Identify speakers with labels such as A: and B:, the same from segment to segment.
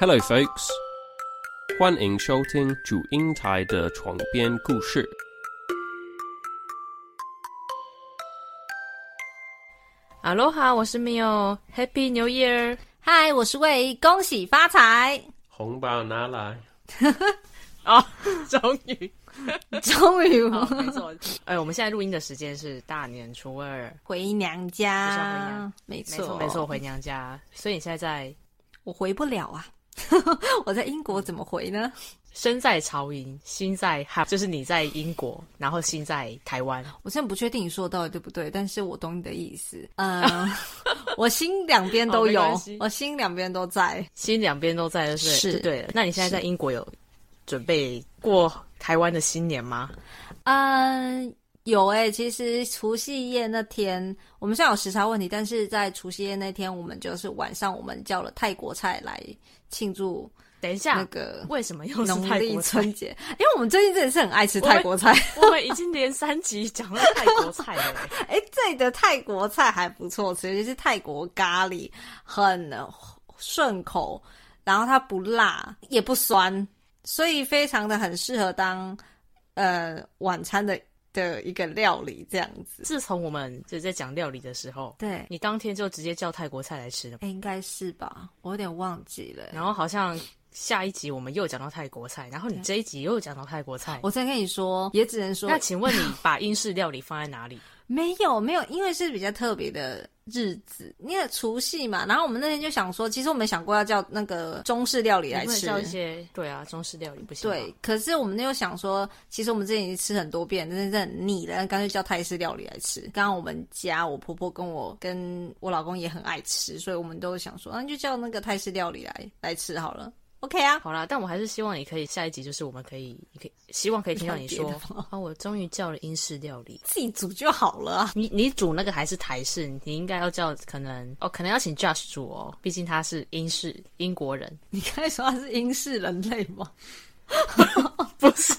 A: Hello, folks！欢迎收听主音台的床边故事。
B: 哈喽哈，我是 Mio。Happy New Year！
C: 嗨，我是魏，恭喜 发财！
A: 红包拿来！
B: 哦，终于，
C: 终于
B: 好，没错。哎，我们现在录音的时间是大年初二，
C: 回娘
B: 就是要回娘
C: 家，没
B: 没错没错，我回娘家。所以你现在在
C: 我回不了啊， 我在英国怎么回呢？
B: 嗯身在曹营，心在汉，就是你在英国，然后心在台湾。
C: 我现在不确定你说到底对不对，但是我懂你的意思。嗯、 我心两边都有
B: 哦没关系，
C: 我心两边都在。
B: 心两边都在，就是
C: 是
B: 就对了。那你现在在英国有准备过台湾的新年吗？
C: 嗯、有诶、其实除夕夜那天，我们现在有时差问题，但是在除夕夜那天，我们就是晚上我们叫了泰国菜来庆祝
B: 等一
C: 那
B: 下，
C: 个
B: 为什么又是
C: 农
B: 泰
C: 历
B: 国菜？
C: 春节，因为我们最近真的是很爱吃
B: 我们
C: 泰国 菜。
B: 我们已经连三集讲到泰国菜了 欸。
C: 哎，这里的泰国菜还不错吃，尤其是泰国咖喱，很呃顺口，然后它不辣也不酸，所以非常的很适合当呃晚餐的的一个料理这样子。
B: 自从我们就在讲料理的时候，
C: 对，
B: 你当天就直接叫泰国菜来吃了，
C: 哎，应该是吧，我有点忘记了。
B: 然后好像下一集我们又讲到泰国菜，然后你这一集又讲到泰国菜。
C: 我再跟你说，也只能说
B: 那请问你把英式料理放在 哪里？
C: 没有没有，因为是比较特别的日子，因为除夕嘛。然后我们那天就想说，其实我们想过要叫那个中式料理
B: 你
C: 来
B: 不能
C: 吃，
B: 叫一些对啊，中式料理不行。
C: 对，，可是我们又想说，其实我们之前已经吃很多遍，真的是很腻了，干脆叫泰式料理来吃。刚刚我们家我婆婆跟我跟我老公也很爱吃，所以我们都想说，那、就叫那个泰式料理来来吃好了。OK 啊，
B: 好啦，但我还是希望你可以下一集，就是我们可以，你可以希望可以听到你说
C: 了解
B: 啊，我终于叫了英式料理。
C: 自己煮就好了啊。
B: 你你煮那个还是台式，你应该要叫可能哦，可能要请 Josh 煮哦，毕竟他是英式英国人。
C: 你刚才说他是英式人类吗？
B: 不是，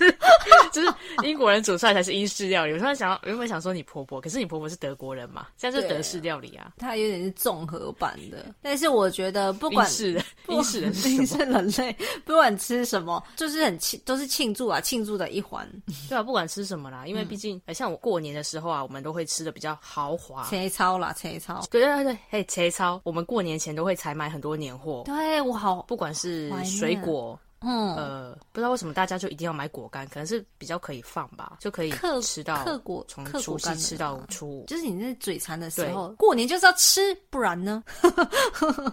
B: 就是英国人煮出来才是英式料理。我突然想到，原本想说你婆婆，可是你婆婆是德国人嘛，这样就是德式料理啊，
C: 它有点是综合版的，但是我觉得不
B: 英
C: 管
B: 式人，
C: 不
B: 英式人是
C: 英
B: 什
C: 式
B: 么？
C: 人类，不管吃什么，就是很庆，都是庆祝啊，庆祝的一环。
B: 对啊，不管吃什么啦，因为毕竟、呃像我过年的时候啊，我们都会吃的比较豪华。
C: 切操啦，切操。
B: 对对对，嘿，切超，我们过年前都会采买很多年货，
C: 对我好，
B: 不管是
C: 怀念
B: 水果，
C: 嗯，
B: 呃，不知道为什么大家就一定要买果干，可能是比较可以放吧，就可以
C: 刻
B: 吃到
C: 刻果
B: 从
C: 刻
B: 除
C: 果
B: 夕
C: 干
B: 吃
C: 的
B: 到
C: 嘛
B: 初五。
C: 就是你那嘴馋的时候，过年就是要吃，不然呢？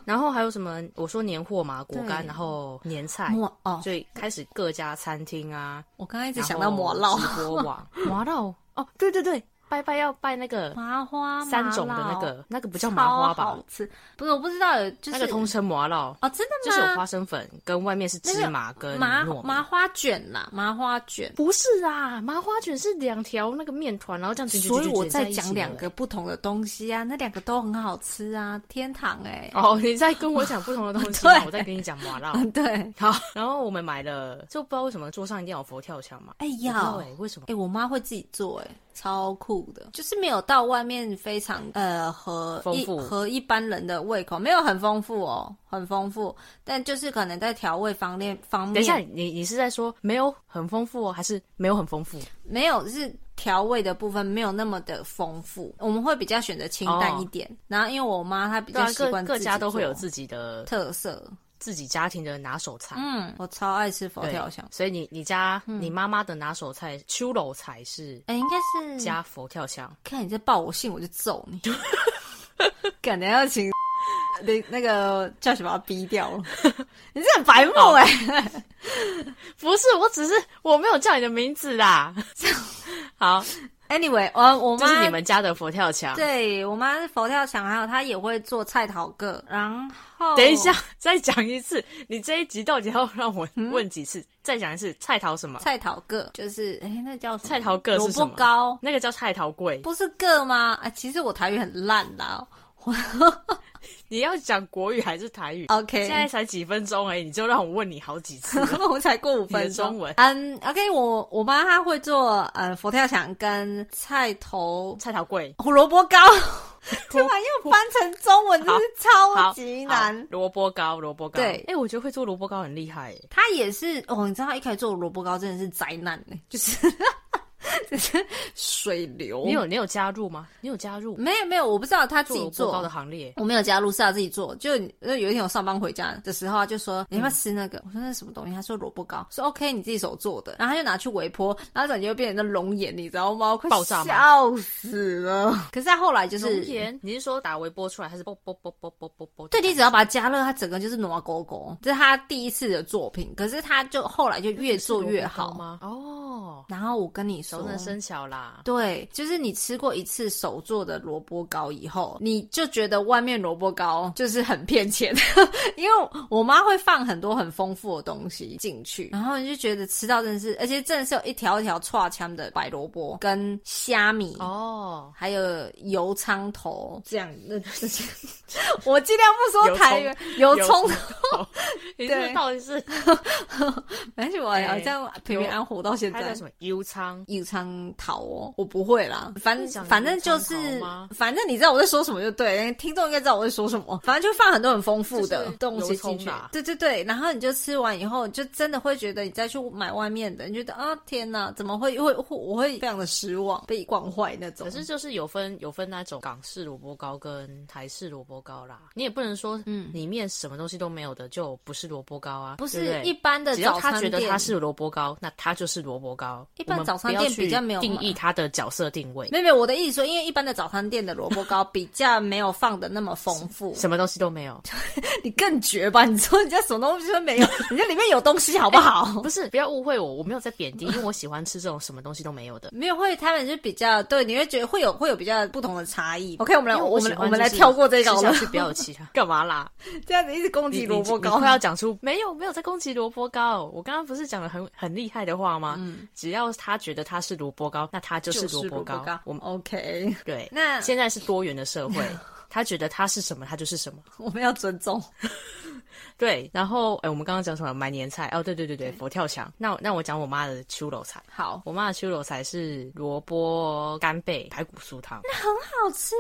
B: 然后还有什么？我说年货嘛，果干，
C: 对
B: 然后年菜，
C: 抹哦，
B: 所以开始各家餐厅啊，
C: 我刚刚一直
B: 然后
C: 想到抹酪、
B: 直播 网、麻酪哦，对对对，拜拜要拜那个
C: 麻花、
B: 三种的
C: 麻
B: 那
C: 酪
B: 个，那个不叫麻花
C: 超
B: 吧
C: 好？吃，不是我不知道，就是
B: 那个通称麻酪，
C: 哦，真的吗？
B: 就是有花生粉跟外面是芝麻跟
C: 麻
B: 糯
C: 麻
B: 米。
C: 花卷啦，麻花卷。
B: 不是啊，麻花卷是两条那个面团，然后这样卷卷
C: 所以
B: 卷
C: 我
B: 卷在
C: 在
B: 一起
C: 讲两
B: 的
C: 个不同的东西啊，那两个都很好吃啊，天堂哎、
B: 哦，你在跟我讲不同的东西
C: 对
B: 吗，我在跟你讲麻酪。
C: 嗯， 对，
B: 好，然后我们买了，就不知道为什么桌上一定要有佛跳墙嘛？
C: 哎
B: 不知道
C: 呀，
B: 哎，为什么
C: 哎、？我妈会自己做、哎，超酷的，就是没有到外面非常呃合
B: 丰
C: 一
B: 富
C: 合一般人的胃口，没有很丰富哦，很丰富，但就是可能在调味方面方面，
B: 等一下，你你是在说没有很丰富哦，还是没有很丰富？
C: 没有是调味的部分没有那么的丰富，我们会比较选择清淡一点。然后因为我妈她比
B: 哦对
C: 较
B: 啊，
C: 习
B: 各
C: 惯
B: 各
C: 自己
B: 家都会有
C: 做
B: 自己的
C: 特色，
B: 自己家庭的拿手菜。
C: 嗯，我超爱吃佛
B: 对
C: 跳墙，
B: 所以你你家、你妈妈的拿手菜秋楼菜是
C: 哎、应该是
B: 加佛跳墙，
C: 看你再报我信，我就揍你。 感觉要请那那个叫什么把他逼掉了， 你这很白目哎、
B: 不是，我只是我没有叫你的名字 啦。好，
C: Anyway，我我
B: 就
C: 妈
B: 是你们家的佛跳墙。
C: 对我妈是佛跳墙，还有她也会做菜桃个，然后
B: 等一下，再讲一次，你这一集到底要 让我问几次？再讲一次，嗯菜桃什么？
C: 菜桃个就是哎、那叫什么
B: 菜桃个
C: 萝
B: 是什
C: 卜
B: 么
C: 糕，
B: 那个叫菜桃贵，
C: 不是个吗？啊，其实我台语很烂啦。
B: 你要讲国语还是台语？
C: OK，
B: 现在才几分钟而已，你就让我问你好几 次了。
C: 我才过五
B: 你
C: 分
B: 的
C: 钟。
B: 中文
C: 嗯，OK，我我妈她会做呃佛跳墙跟菜头
B: 菜桃贵，
C: 胡萝卜糕， 突然又翻成中文，真是超级难。
B: 萝卜糕，萝卜糕。
C: 对
B: 哎、我觉得会做萝卜糕很厉害耶。
C: 他也是哦，你知道他一开始做萝卜糕真的是灾难呢、就是 就是水流。
B: 你有你有加入吗？你有加入
C: 没有没有，我不知道他自
B: 做
C: 己
B: 萝卜糕
C: 做
B: 的行列？
C: 我没有加入，是他自己做。就呃有一天我上班回家的时候，他就说：“你要不要吃那个？”我说：“那是什么东西？”他说：“萝卜糕。”说：“OK，你自己手做的。”然后他就拿去微波，然后整就变成那龙眼，你知道吗？我快
B: 爆炸吗
C: 笑死了。可是他后来就
B: 龙
C: 是，
B: 眼，你是说打微波出来还是啵啵啵啵啵啵啵？
C: 对你只要把它加热，它整个就是暖狗狗。这是他第一次的作品，可是他就后来就越做越
B: 是萝卜糕
C: 好。
B: 吗？哦，
C: 然后我跟你说
B: 熟，能生巧啦。
C: 对，就是你吃过一次手做的萝卜糕以后，你就觉得外面萝卜糕就是很骗钱， 因为我妈会放很多很丰富的东西进去，然后你就觉得吃到真的是，而且真的是有一条一条串枪的白萝卜跟虾米。
B: 哦，
C: 还有油葱头这样，那 我尽量不说台语，油
B: 油
C: 葱
B: 葱， 你这
C: 对
B: 到底是
C: 没事，我好像平平安安活到现
B: 哎还
C: 在
B: 有。什么油仓？
C: 有仓桃哦，我不会啦，反
B: 是讲
C: 反正就
B: 油
C: 是
B: 仓桃吗，
C: 反正你知道我在说什么就对，听众应该知道我在说什 么。反正就放很多很丰富的
B: 就是
C: 东西
B: 油葱
C: 进去
B: 啦，
C: 对对对。然后你就吃完以后，你就真的会觉得你再去买外面的，你觉得啊天哪，怎么会会会我会非常的失望，被惯坏那种。
B: 可是就是有分有分那种港式萝卜糕跟台式萝卜糕啦，你也不能说
C: 嗯
B: 里面什么东西都没有的就不是萝卜糕啊，
C: 不
B: 对
C: 是
B: 对
C: 一般的
B: 只要
C: 早
B: 他
C: 餐
B: 觉
C: 店，
B: 得它 是萝卜糕，那它就是萝卜糕。
C: 一般
B: 我们
C: 早餐
B: 不要
C: 店
B: 去
C: 比较没有
B: 定
C: 嘛
B: 义它的角色定位，
C: 没有没有我的意思说，因为一般的早餐店的萝卜糕比较没有放的那么丰富，
B: 什么东西都没有。
C: 你更绝吧？你说人家什么东西都没有，人家里面有东西好不好？
B: 不是，不要误会我，我没有在贬低，因为我喜欢吃这种什么东西都没有的。
C: 没有会，他们就比较对，你会觉得会有会有比较 不同的差异。OK，我们来
B: 因为
C: 我
B: 喜
C: 们
B: 欢
C: 我们来
B: 就是
C: 跳过这个
B: 吃
C: 好
B: 下
C: 了，
B: 去不要有其他。 干嘛啦？
C: 这样子一直攻击萝卜
B: 你你
C: 糕
B: 你快要讲出没有没有在攻击萝卜糕。我刚刚不是讲了很很厉害的话吗？只要他觉得他是萝卜糕，那他嗯就是萝卜糕。
C: 我
B: 我们
C: OK，
B: 对，
C: 那
B: 现在是多元的社会，他觉得他是什么，他就是什么。
C: 我们要尊重。
B: 对，然后哎，我们刚刚讲什么？买年菜哦，对对对对，佛跳墙。那那我讲我妈的秋楼菜。
C: 好，
B: 我妈的秋楼菜是萝卜干贝排骨酥汤，
C: 好吃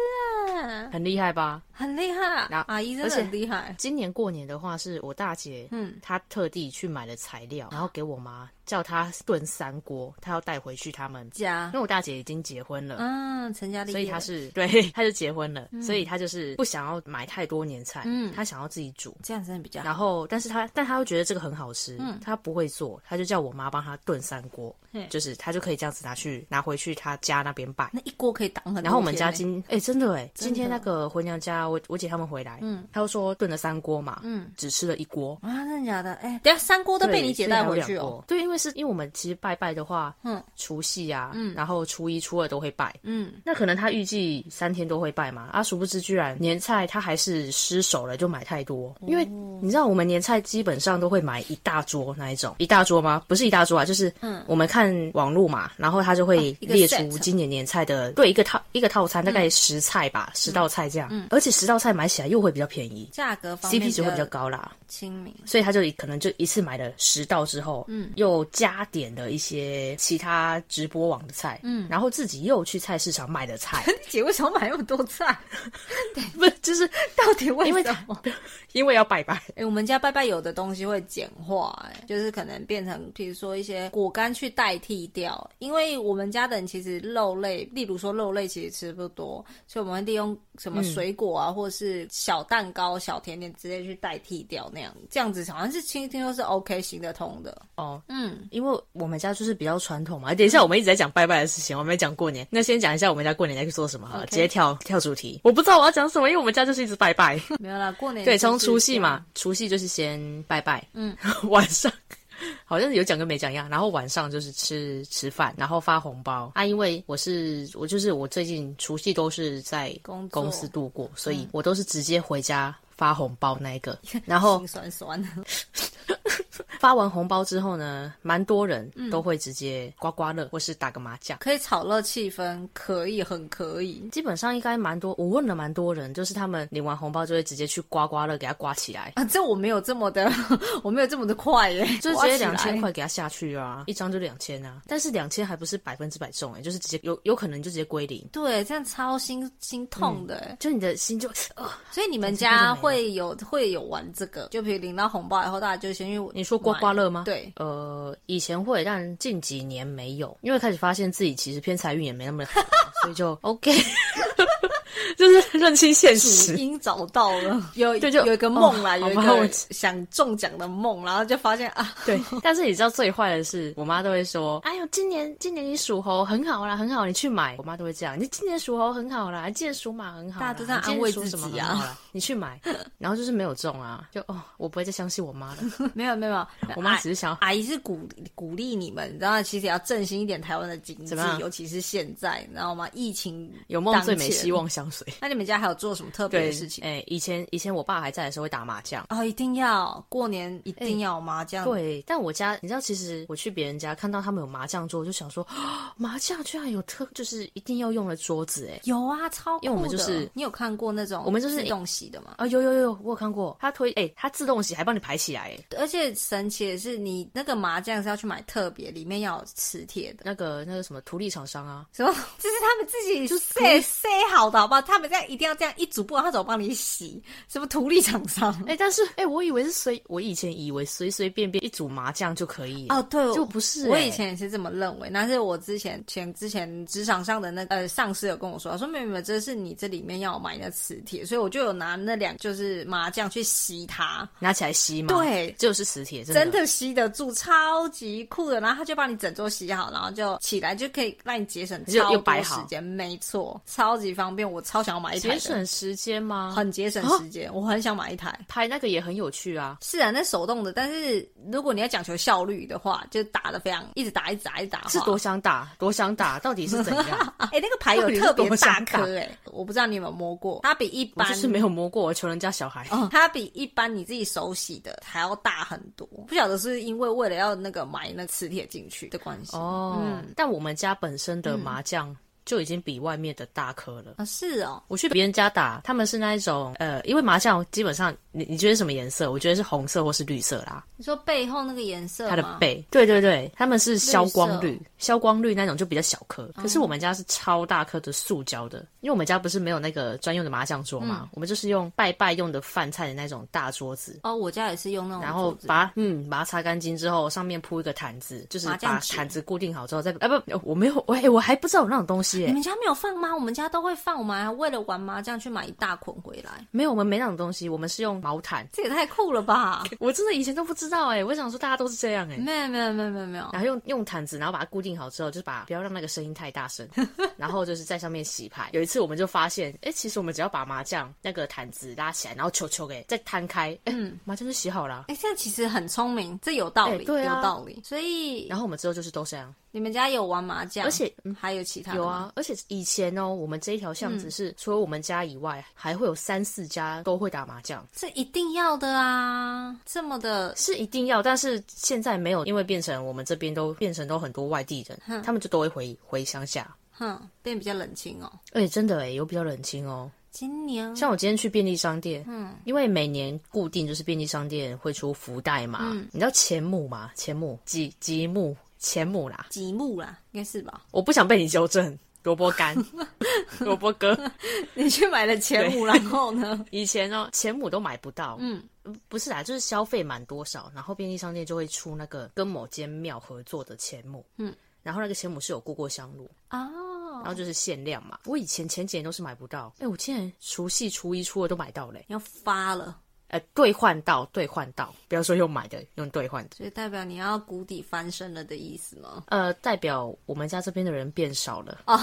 C: 啊，
B: 很厉害吧？
C: 很厉害，
B: 然后
C: 阿姨真的
B: 而且
C: 很厉害。
B: 今年过年的话，是我大姐，
C: 嗯
B: 嗯，她特地去买了材料，然后给我妈叫她炖三锅，她要带回去他们，
C: 家
B: 因，为我大姐已经结婚了。
C: 嗯，成家立业，
B: 所以她 是对，她就结婚了，所以她就是不想要买太多年菜，
C: 嗯
B: 她想要自己煮。
C: 这样真的比较好。
B: 然后，但是她，但她又觉得这个很好吃，她不会做，她就叫我妈帮她炖三锅
C: 嗯嘿，
B: 就是她就可以这样子拿去拿回去她家那边摆。
C: 那一锅可以挡很多天呢。
B: 然后我们家今哎、真的哎、
C: 真的
B: 今天那个回娘家，我我姐他们回来，
C: 嗯
B: 嗯，她就说炖了三锅嘛，
C: 嗯
B: 嗯，只吃了一锅，
C: 啊，真的假的？哎，等一下三锅都被
B: 对
C: 你姐
B: 所以
C: 带
B: 还有
C: 回
B: 两
C: 去哦。
B: 锅。对，因为是因为我们其实拜拜的话，
C: 嗯
B: 嗯，除夕啊，然后初一初二都会拜。
C: 嗯，
B: 那可能他预计三天都会拜嘛，啊，殊不知居然年菜他还是失手了，就买太多。因为你知道我们年菜基本上都会买一大桌那一种，一大桌吗？不是一大桌啊，就是我们看网络嘛，然后他就会
C: 哦一个
B: 列
C: set
B: 出今年年菜的对一个套一个套餐大概十菜吧，十道菜这样，而且十道菜买起来又会比较便宜
C: 价格方面
B: ，CP 值会比较高啦。
C: 亲民。
B: 所以他就可能就一次买了十道之后，嗯，又加点了一些其他直播网的菜，嗯，然后自己又去菜市场买的菜，
C: 你姐为什么买那么多菜？
B: 不是就是
C: 到底为
B: 因为
C: 什
B: 他
C: 么？
B: 因为要拜拜，
C: 哎、我们家拜拜有的东西会简化、哎，就是可能变成，比如说一些果干去代替掉，因为我们家的人其实肉类，例如说肉类其实吃不多，所以我们会利用什么水果啊，或者是小蛋糕、小甜点之类去代替掉那样，这样子好像是听听说是 OK 行得通 的。
B: 哦。
C: 嗯，
B: 因为我们家就是比较传统嘛，等一下我们一直在讲拜拜的事情，我们没讲过年。那先讲一下我们家过年在做什么好了
C: OK
B: 直接跳跳主题。我不知道我要讲什么，因为我们家就是一直拜拜。
C: 没有啦，过年
B: 对，
C: 就是
B: 从除夕嘛，除夕就是先拜拜，
C: 嗯
B: 嗯， 晚上好像有讲跟没讲一样，然后晚上就是吃吃饭，然后发红包啊。因为我是我就是我最近除夕都是在
C: 工作嗯
B: 公司度过，所以我 都是直接回家。发红包那一个，然
C: 这样，
B: 后
C: 心酸酸的，
B: 发完红包之后呢，蛮多人
C: 嗯
B: 都会直接刮刮乐或是打个麻将。
C: 可以炒热气氛，可以，很可以。
B: 基本上应该蛮多，我问了蛮多人，就是他们领完红包就会直接去刮刮乐给他刮起来，
C: 啊，这我没有这么的， 我没有这么的快 耶，
B: 就是直
C: 刮
B: 接
C: 起来
B: 两千。块给他下去啊，一张就两千啊。但是两千还不是百分之百中诶、就是直接有有可能就直接归零，
C: 对，这样超心心痛的耶、
B: 就你的心就呃
C: 所以你们
B: 这个就没
C: 家
B: 了
C: 会有会有玩这个，就比如领到红包以后，大家就先去
B: 你说刮刮乐吗？
C: 买对，
B: 呃，以前会，但近几年没有，因为开始发现自己其实偏财运也没那么好，所以 就 OK，就是认清现
C: 主
B: 实。
C: 因找到了， 有
B: 对就
C: 有一个梦啦，
B: 哦
C: 有一
B: 好吧
C: 个
B: 我
C: 想中奖的梦，然后就发现啊，
B: 对， 但是你知道最坏的是，我妈都会说：“哎呦，今年今年你属猴很好啦，很好，你去买。”我妈都会这样：“你今年属猴很好啦，你今年属马很好啦，
C: 大家都在
B: 你今年
C: 安慰
B: 属
C: 自
B: 什么
C: 己
B: 很
C: 啊
B: 好啦你去 买。”然后就是没有中啊，就哦，我不会再相信我妈了，
C: 没有没有没有，
B: 我妈只是想要
C: 阿姨是鼓鼓励你们，你知道，其实也要振兴一点台湾的经济
B: 怎么，样
C: 尤其是现在，你知道吗？疫情
B: 有梦最美，
C: 当前
B: 希。望相随。
C: 那你们家还有做什么特别
B: 对
C: 的事，情？
B: 哎、以前以前我爸还在的时候会打麻将。
C: 啊、一定要过年一定要有麻将，
B: 对，但我家你知道，其实我去别人家看到他们有麻将桌，我就想说， 麻将居然有特，就是一定要用的桌子哎。
C: 有啊，超酷的。
B: 因为我们就是
C: 你有看过那种
B: 我们就是
C: 自动洗的吗？
B: 啊，有有有，我有看过，它推哎，它自动洗还帮你排起来哎。
C: 而且神奇的是，你那个麻将是要去买特别，里面要有磁铁的。
B: 那个那个什么图利厂商啊，
C: 什么？ 这是他们自己塞塞好的，好不好？他们这样一定要这样一组，不然他怎么帮你洗？什么图利厂商？
B: 哎，但是哎，我以为是随，我以前以为随随便便一组麻将就可以
C: 哦，，对，
B: 就不是
C: 我
B: 哎
C: 以前也是欸这么认为，但是我之前前之前职场上的那个呃上司有跟我说，说妹妹，这是你这里面要买的磁铁，所以我就有拿那两就是麻将去吸它，
B: 拿起来吸嘛，
C: 对
B: 就是磁铁，真
C: 真的吸得住，超级酷的。然后他就把你整桌洗好，然后就起来就可以让你节省
B: 就
C: 超
B: 又摆
C: 多
B: 好
C: 时间，没错，超级方便，我超想要买一
B: 节
C: 台的，
B: 省哦时间吗？
C: 很节省时间，我很想买一台。
B: 拍那个也很有趣啊，
C: 是啊，那手动的，但是如果你要讲求效率的话，就打的非常一直打，一直打，一直打的话，
B: 是多想打，多想打，到底是怎 样？
C: 哎、那个牌有特别大颗
B: 到底是多哦
C: 哎、我不知道你有没有摸过，它比一
B: 我
C: 般
B: 就是没有摸过，我求人家小孩。
C: 哦，它比一般你自己手洗的还要大很多。不晓得是因为为了要那个买那磁铁进去的关系
B: 哦，
C: 嗯
B: 但我们家本身的麻将就已经比外面的大颗了。
C: 啊，是哦，
B: 我去别人家打，他们是那一种，呃，因为麻将基本上，你你觉得什么颜色？我觉得是红色或是绿色啦，
C: 你说背后那个颜色
B: 它的
C: 吗？
B: 背。对对对，他们是消光
C: 绿哦
B: 绿，消光绿那种就比较小颗，可是我们家是超大颗的塑胶的，因为我们家不是没有那个专用的麻将桌嘛，
C: 嗯
B: 我们就是用拜拜用的饭菜的那种大桌子，
C: 哦，我家也是用那种
B: 然后
C: 桌子
B: 把它嗯把它擦干净之后，上面铺一个毯子，就是
C: 麻将
B: 把
C: 纸
B: 毯子固定好之后再哎不，我没有我、哎我还不知道有那种东西
C: 你
B: 哎，
C: 们家没有放吗？我们家都会放，我们还为了玩麻将去买一大捆回来，
B: 没有我们没那种东西，我们是用毛毯，
C: 这也太酷了吧！
B: 我真的以前都不知道哎，我想说大家都是这样哎。
C: 没有没有没有没有没有，
B: 然后用用毯子，然后把它固定好之后，就是把不要让那个声音太大声，然后就是在上面洗牌。有一次我们就发现，哎，其实我们只要把麻将那个毯子拉起来，然后球球给再摊开，哎，麻将就洗好了。啊
C: 哎、这样其实很聪明，这有道理，
B: 哎对啊
C: 有道理。所以
B: 然后我们之后就是都这样。
C: 你们家有玩麻将，
B: 而且
C: 还嗯有其他的
B: 有
C: 吗，
B: 啊，而且以前哦，我们这一条巷子是、除了我们家以外，还会有三四家都会打麻将，
C: 这一定要的啊，这么的
B: 是一定要。但是现在没有，因为变成我们这边都变成都很多外地人，他们就都会回回乡下。
C: 哼，变比较冷清哦。
B: 而且真的诶，有比较冷清哦。
C: 今年
B: 像我今天去便利商店，嗯，因为每年固定就是便利商店会出福袋嘛，你知道钱母嘛？钱母几几木钱母啦，
C: 几木啦，应该是吧？
B: 我不想被你纠正，萝卜 干，萝卜哥。
C: 你去买了前五，然后 呢？
B: 以前哦，钱母都买不到，嗯，不是啦，就是消费满多少，然后便利商店就会出那个跟某间庙合作的钱母，嗯，然后那个钱母是有过过香炉，
C: 哦
B: 然，后就是限量嘛。我以前前几年都是买不到，哎，我竟然除夕、初一、初二都买到嘞、
C: 你要发了，
B: 呃，兑换到，兑换到，不要说用买的，用兑换的。
C: 所以代表你要谷底翻身了的意思吗？
B: 呃，代表我们家这边的人变少了，
C: 哦，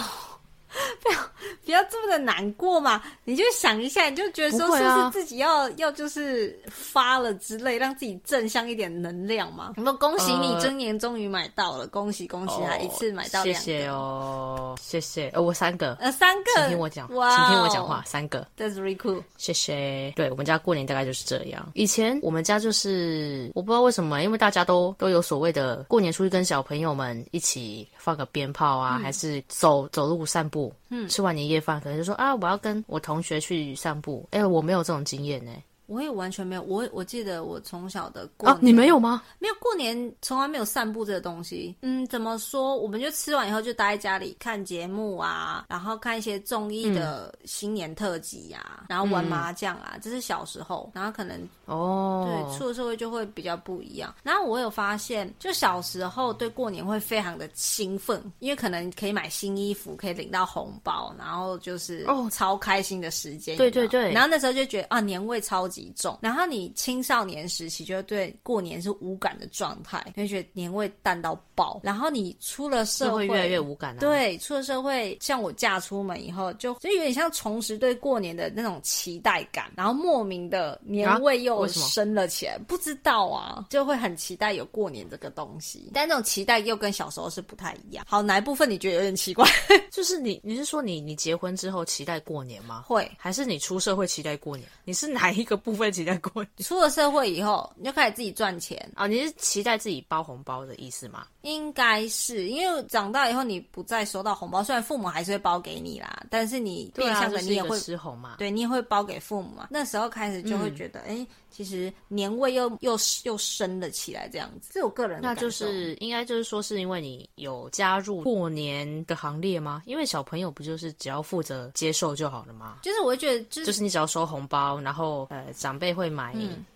C: 不要这么的难过嘛！你就想一下，你就觉得说，
B: 不会
C: 是
B: 啊
C: 不是自己要要就是发了之类，让自己正向一点能量嘛？那么恭喜你，
B: 呃
C: 今年终于买到了，恭喜恭喜！还哦一次买到
B: 哦谢
C: 两个，
B: 谢哦，谢谢。呃，我三个，
C: 呃，三个，
B: 请听我讲，请
C: 哇哦
B: 听我讲话，三个。
C: ，That's really cool。
B: 谢谢。对我们家过年大概就是这样。以前我们家就是我不知道为什么，因为大家都都有所谓的过年出去跟小朋友们一起放个鞭炮啊，
C: 嗯
B: 还是走走路散步。嗯，吃完年夜饭可能就说啊，我要跟我同学去散步。哎、我没有这种经验呢、
C: 我也完全没有，我我记得我从小的过
B: 啊，你
C: 年
B: 没有吗？
C: 没有过年从来没有散步这个东西。嗯，怎么说？我们就吃完以后就待在家里看节目啊，然后看一些综艺的新年特辑啊，然后玩麻将啊，这是小时候。然后可能对
B: 哦，
C: 出了社会就会比较不一样。然后我有发现，就小时候对过年会非常的兴奋，因为可能可以买新衣服，可以领到红包，然后就是
B: 哦
C: 超开心的时间。
B: 对
C: 有没
B: 对
C: 有
B: 对
C: 然后那时候就觉得啊，年味超级重。然后你青少年时期就对过年是无感的状态，你会觉得年味淡到爆。然后你出了社
B: 社
C: 会
B: 会越来越无感啊。，
C: 对，出了社会，像我嫁出门以后，就就有点像重拾对过年的那种期待感，然后莫名的年
B: 啊
C: 味又
B: 为什么
C: 升了起来。不知道啊，就会很期待有过年这个东西，但那种期待又跟小时候是不太一样。好，哪一部分你觉得有 点奇怪？
B: 就是你，你是说你你结婚之后期待过年吗？
C: 会
B: 还是你出社会期待过年？你是哪一个部分期待过 年？
C: 出了社会以后，你就开始自己赚钱，
B: 啊，你是期待自己包红包的意思吗？
C: 应该是因为长大以后你不再收到红包，虽然父母还是会包给你啦，但是你变相
B: 啊就
C: 的
B: 是
C: 你
B: 一
C: 也
B: 个
C: 会
B: 吃红嘛。
C: 对，你也会包给父母嘛。那时候开始就
B: 嗯
C: 会觉得，哎、其实年味又又又升了起来，这样子。这我个人的
B: 那就
C: 感受
B: 是应该就是说，是因为你有加入过年的行列吗？因为小朋友不就是只要负责接受就好了吗？
C: 就是我会觉得就是、
B: 就是你只要收红包，然后呃长辈会买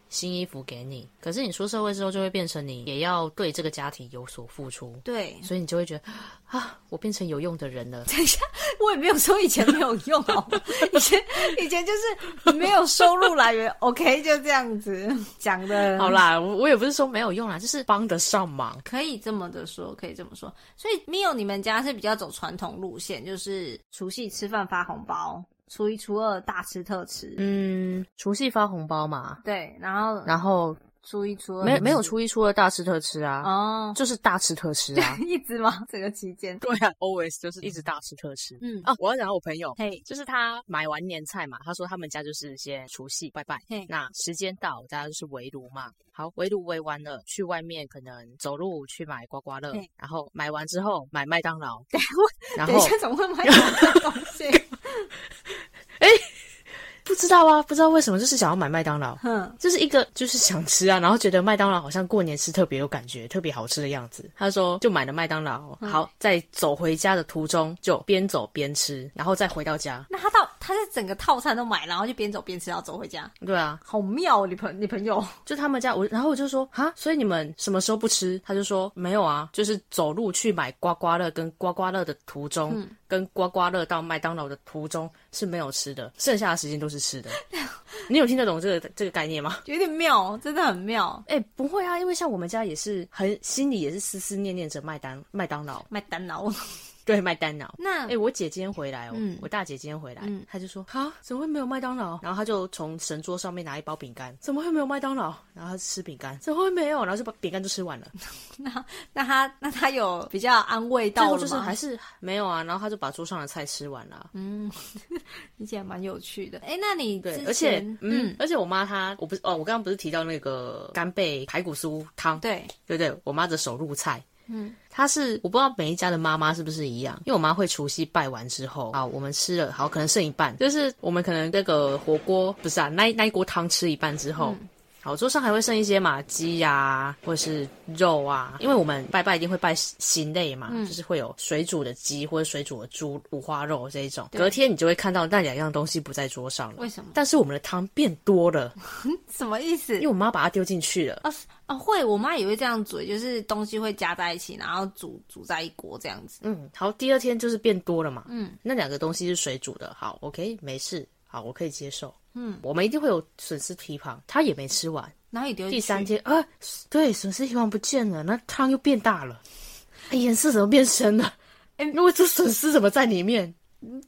B: 新衣服给你。可是你出社会之后，就会变成你也要对这个家庭有所付出，
C: 对，
B: 所以你就会觉得啊，我变成有用的人了。
C: 我也没有说以前没有用哦，以前以前就是没有收入来源，OK，就这样子讲 的。
B: 好啦，我我也不是说没有用啦，就是帮得上忙。
C: 可以这么的说，可以这么说。所以 Mio，你们家是比较走传统路线，就是除夕吃饭发红包，初一初二大吃特吃，
B: 嗯，除夕发红包嘛，
C: 对，然后
B: 然后
C: 初一初二
B: 没有没有
C: 吃
B: 初一初二大吃特吃啊，
C: 哦，
B: 就是大吃特吃啊。
C: 一直吗？这个期间，
B: 对啊，always 就是一直大吃特吃。
C: 嗯
B: 啊，我要讲到我朋友，
C: 嘿，
B: 就是他买完年菜嘛，他说他们家就是先除夕拜拜
C: 嘿，
B: 那时间到，大家就是围炉嘛。好，围炉围完了，去外面可能走路去买刮刮乐
C: 嘿，
B: 然后买完之后买麦当 劳，然
C: 等一
B: 后
C: 下怎么会买这种东 西？
B: 不知道啊，不知道为什么就是想要买麦当劳。
C: 哼，
B: 就是一个就是想吃啊，然后觉得麦当劳好像过年吃特别有感觉，特别好吃的样子。他说就买了麦当劳，好，在走回家的途中就边走边吃，然后再回到家。
C: 那他到他是整个套餐都买，然后就边走边吃，然后走回家，
B: 对啊，
C: 好妙哦！你朋你朋友，
B: 就他们家我，然后我就说啊，所以你们什么时候不吃？他就说没有啊，就是走路去买刮刮乐，跟刮刮乐的途中，跟刮刮乐到麦当劳的途中是没有吃的，剩下的时间都是吃的。你有听得懂这个这个概念吗？
C: 有点妙，真的很妙。
B: 哎、不会啊，因为像我们家也是很心里也是思思念念着麦当麦当劳，
C: 麦当劳，
B: 对麦当劳。
C: 那
B: 哎、我姐今天回来哦，
C: 嗯
B: 我大姐今天回来，
C: 嗯
B: 她就说啊，怎么会没有麦当劳？然后她就从神桌上面拿一包饼干，怎么会没有麦当劳？然后她吃饼干，怎么会没有？然后就把饼干就吃完了。
C: 那他那他有比较安慰
B: 最
C: 到
B: 后
C: 了
B: 就是
C: 吗嗯
B: 还？是没有啊，然后她就把桌上的菜吃完了。
C: 你姐蛮有趣的。哎，那你
B: 对
C: 之，
B: 而且
C: 前
B: 嗯
C: 嗯，，
B: 而且我妈她，我不是哦，我刚刚不是提到那个干贝排骨酥汤，
C: 对，
B: 对对，我妈的手入菜。
C: 嗯，
B: 她是我不知道每一家的妈妈是不是一样，因为我妈会除夕拜完之后，好，我们吃了，好，可能剩一半，就是我们可能那个火锅不是啊，那一那一锅汤吃一半之后。
C: 嗯
B: 好，桌上还会剩一些嘛，鸡呀、或者是肉啊，因为我们拜拜一定会拜禽类嘛，
C: 嗯
B: 就是会有水煮的鸡或者水煮的猪、五花肉这一种。
C: 对
B: 隔天你就会看到那两样东西不在桌上了
C: 为，什么？
B: 但是我们的汤变多了，
C: 什么意思
B: 因为？我妈把它丢进去了。
C: 啊是啊，会，我妈也会这样煮，就是东西会加在一起，然后煮煮在一锅这样子。
B: 嗯，好，第二天就是变多了嘛。
C: 嗯，
B: 那两个东西是水煮的，好，OK，没事，好，我可以接受。
C: 嗯，
B: 我们一定会有损失蹄膀，他也没吃完。
C: 然后也丢进
B: 第三
C: 去
B: 天，啊，对，损失蹄膀不见了，那汤又变大了，哎颜色怎么变深了？哎，那我这损失怎么在里面？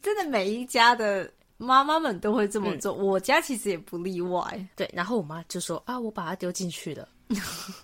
C: 真的每一家的妈妈们都会这
B: 嗯
C: 么做，我家其实也不例外。
B: 对，然后我妈就说啊，我把它丢进去 了，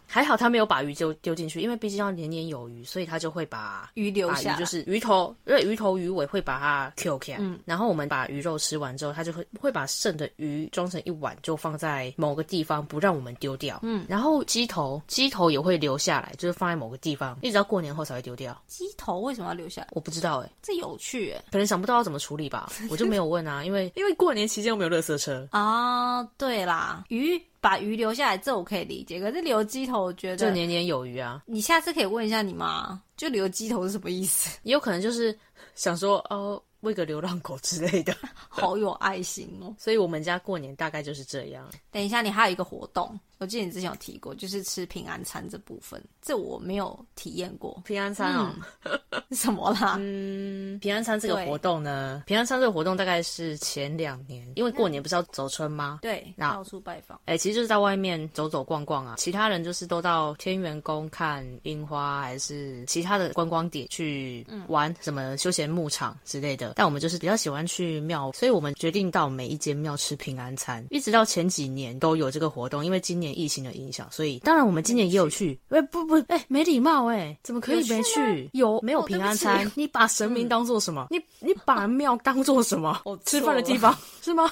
B: 还好她没有把鱼丢丢进去，因为毕竟要年年有余，所以她就会把
C: 鱼留
B: 把
C: 下
B: 啊鱼
C: 来
B: 就是鱼头，因为鱼头鱼尾会把它 Q 起来，然后我们把鱼肉吃完之后，它就会会把剩的鱼装成一碗，就放在某个地方，不让我们丢掉。嗯，然后鸡头鸡头也会留下来，就是放在某个地方，一直到过年后才会丢掉。
C: 鸡头为什么要留下来？
B: 我不知道哎、
C: 这有趣哎、
B: 可能想不到要怎么处理吧，我就没有问啊，因为 因为过年期间又没有垃圾车，
C: 啊，对啦，鱼把鱼留下来，这我可以理解。可是留鸡头，我 觉
B: 就
C: 得
B: 年年有余啊。
C: 你下次可以问一下你妈，就留鸡头是什么意 思？
B: 也有可能就是想说哦，喂个流浪狗之类的。
C: 好有爱心哦！
B: 所以我们家过年大概就是这样。。
C: 等一下，你还有一个活动，我记得你之前有提过，就是吃平安餐这部分，这我没有体验过
B: 平安餐哦，
C: 什么啦？
B: 嗯，平安餐这个活动呢，平安餐这个活动大概是前两年，因为过年不是要走春吗？
C: 对，
B: 那
C: 到处拜访。
B: 哎、其实就是在外面走走逛逛啊，其他人就是都到天元宫看樱花，还是其他的观光点去
C: 嗯
B: 玩什么休闲牧场之类的。但我们就是比较喜欢去庙，所以我们决定到每一间庙吃平安餐。一直到前几年都有这个活动，因为今年疫情的影响，所以当然我们今年也有去。哎、不不，哎、没礼貌哎、怎么可以
C: 嗯有去
B: 没
C: 吗
B: 去？有没有
C: 哦
B: 平
C: 对不
B: 安
C: 起嗯
B: 餐？你把神明当做什么？你你把庙当做什 么？吃饭的地方是吗？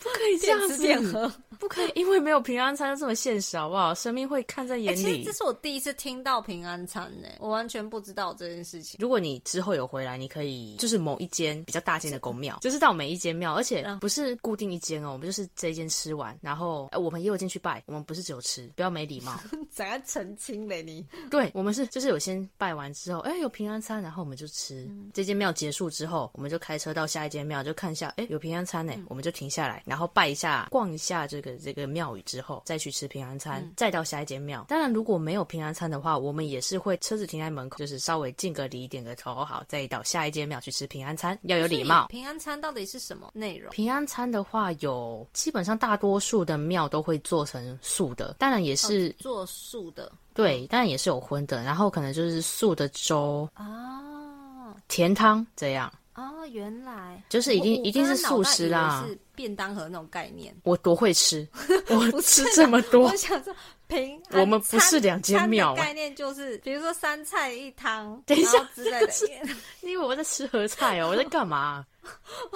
B: 不可以这样
C: 电
B: 子，
C: 子电盒。
B: 不可以，因为没有平安餐就这么现实，好不好？神明会看在眼
C: 哎，其
B: 里。
C: 实这是我第一次听到平安餐呢、我完全不知道这件事情。
B: 如果你之后有回来，你可以就是某一间比较大间的宫庙，就是到每一间庙，而且
C: 嗯
B: 不是固定一间哦，我们就是这一间吃完，然后、呃我们也有进去拜，我们不是只有吃，不要没礼貌。
C: 怎样澄清嘞你？
B: 对，我们是就是有先拜完之后，哎，有平安餐，然后我们就吃。这间庙结束之后，我们就开车到下一间庙，就看一下，哎，有平安餐呢，我们就停下来，然后拜一下，逛一下这个这个庙宇之后，再去吃平安餐，再到下一间庙。当然，如果没有平安餐的话，我们也是会车子停在门口，就是稍微敬个礼，点个头，好，再到下一间庙去吃平安餐，要有礼貌。
C: 平安餐到底是什么内容？
B: 平安餐的话有，基本上大多数的庙都会做成素的，当然也是、
C: 哦做素的
B: 对，当然也是有荤的，然后可能就是素的粥，
C: 啊
B: 甜汤这样，
C: 啊！原来
B: 就是已经
C: 我
B: 一定是素食
C: 我刚刚脑
B: 啦
C: 袋以。为是便当盒那种概念。
B: 我多会吃， 我吃
C: 是啊
B: 这么多
C: 我，想说平安餐，
B: 我们不是两间庙啊
C: 餐的概念就是，比如说三菜一汤，
B: 等一下
C: 然后之类的。
B: 因为我在吃合菜哦，我在干嘛？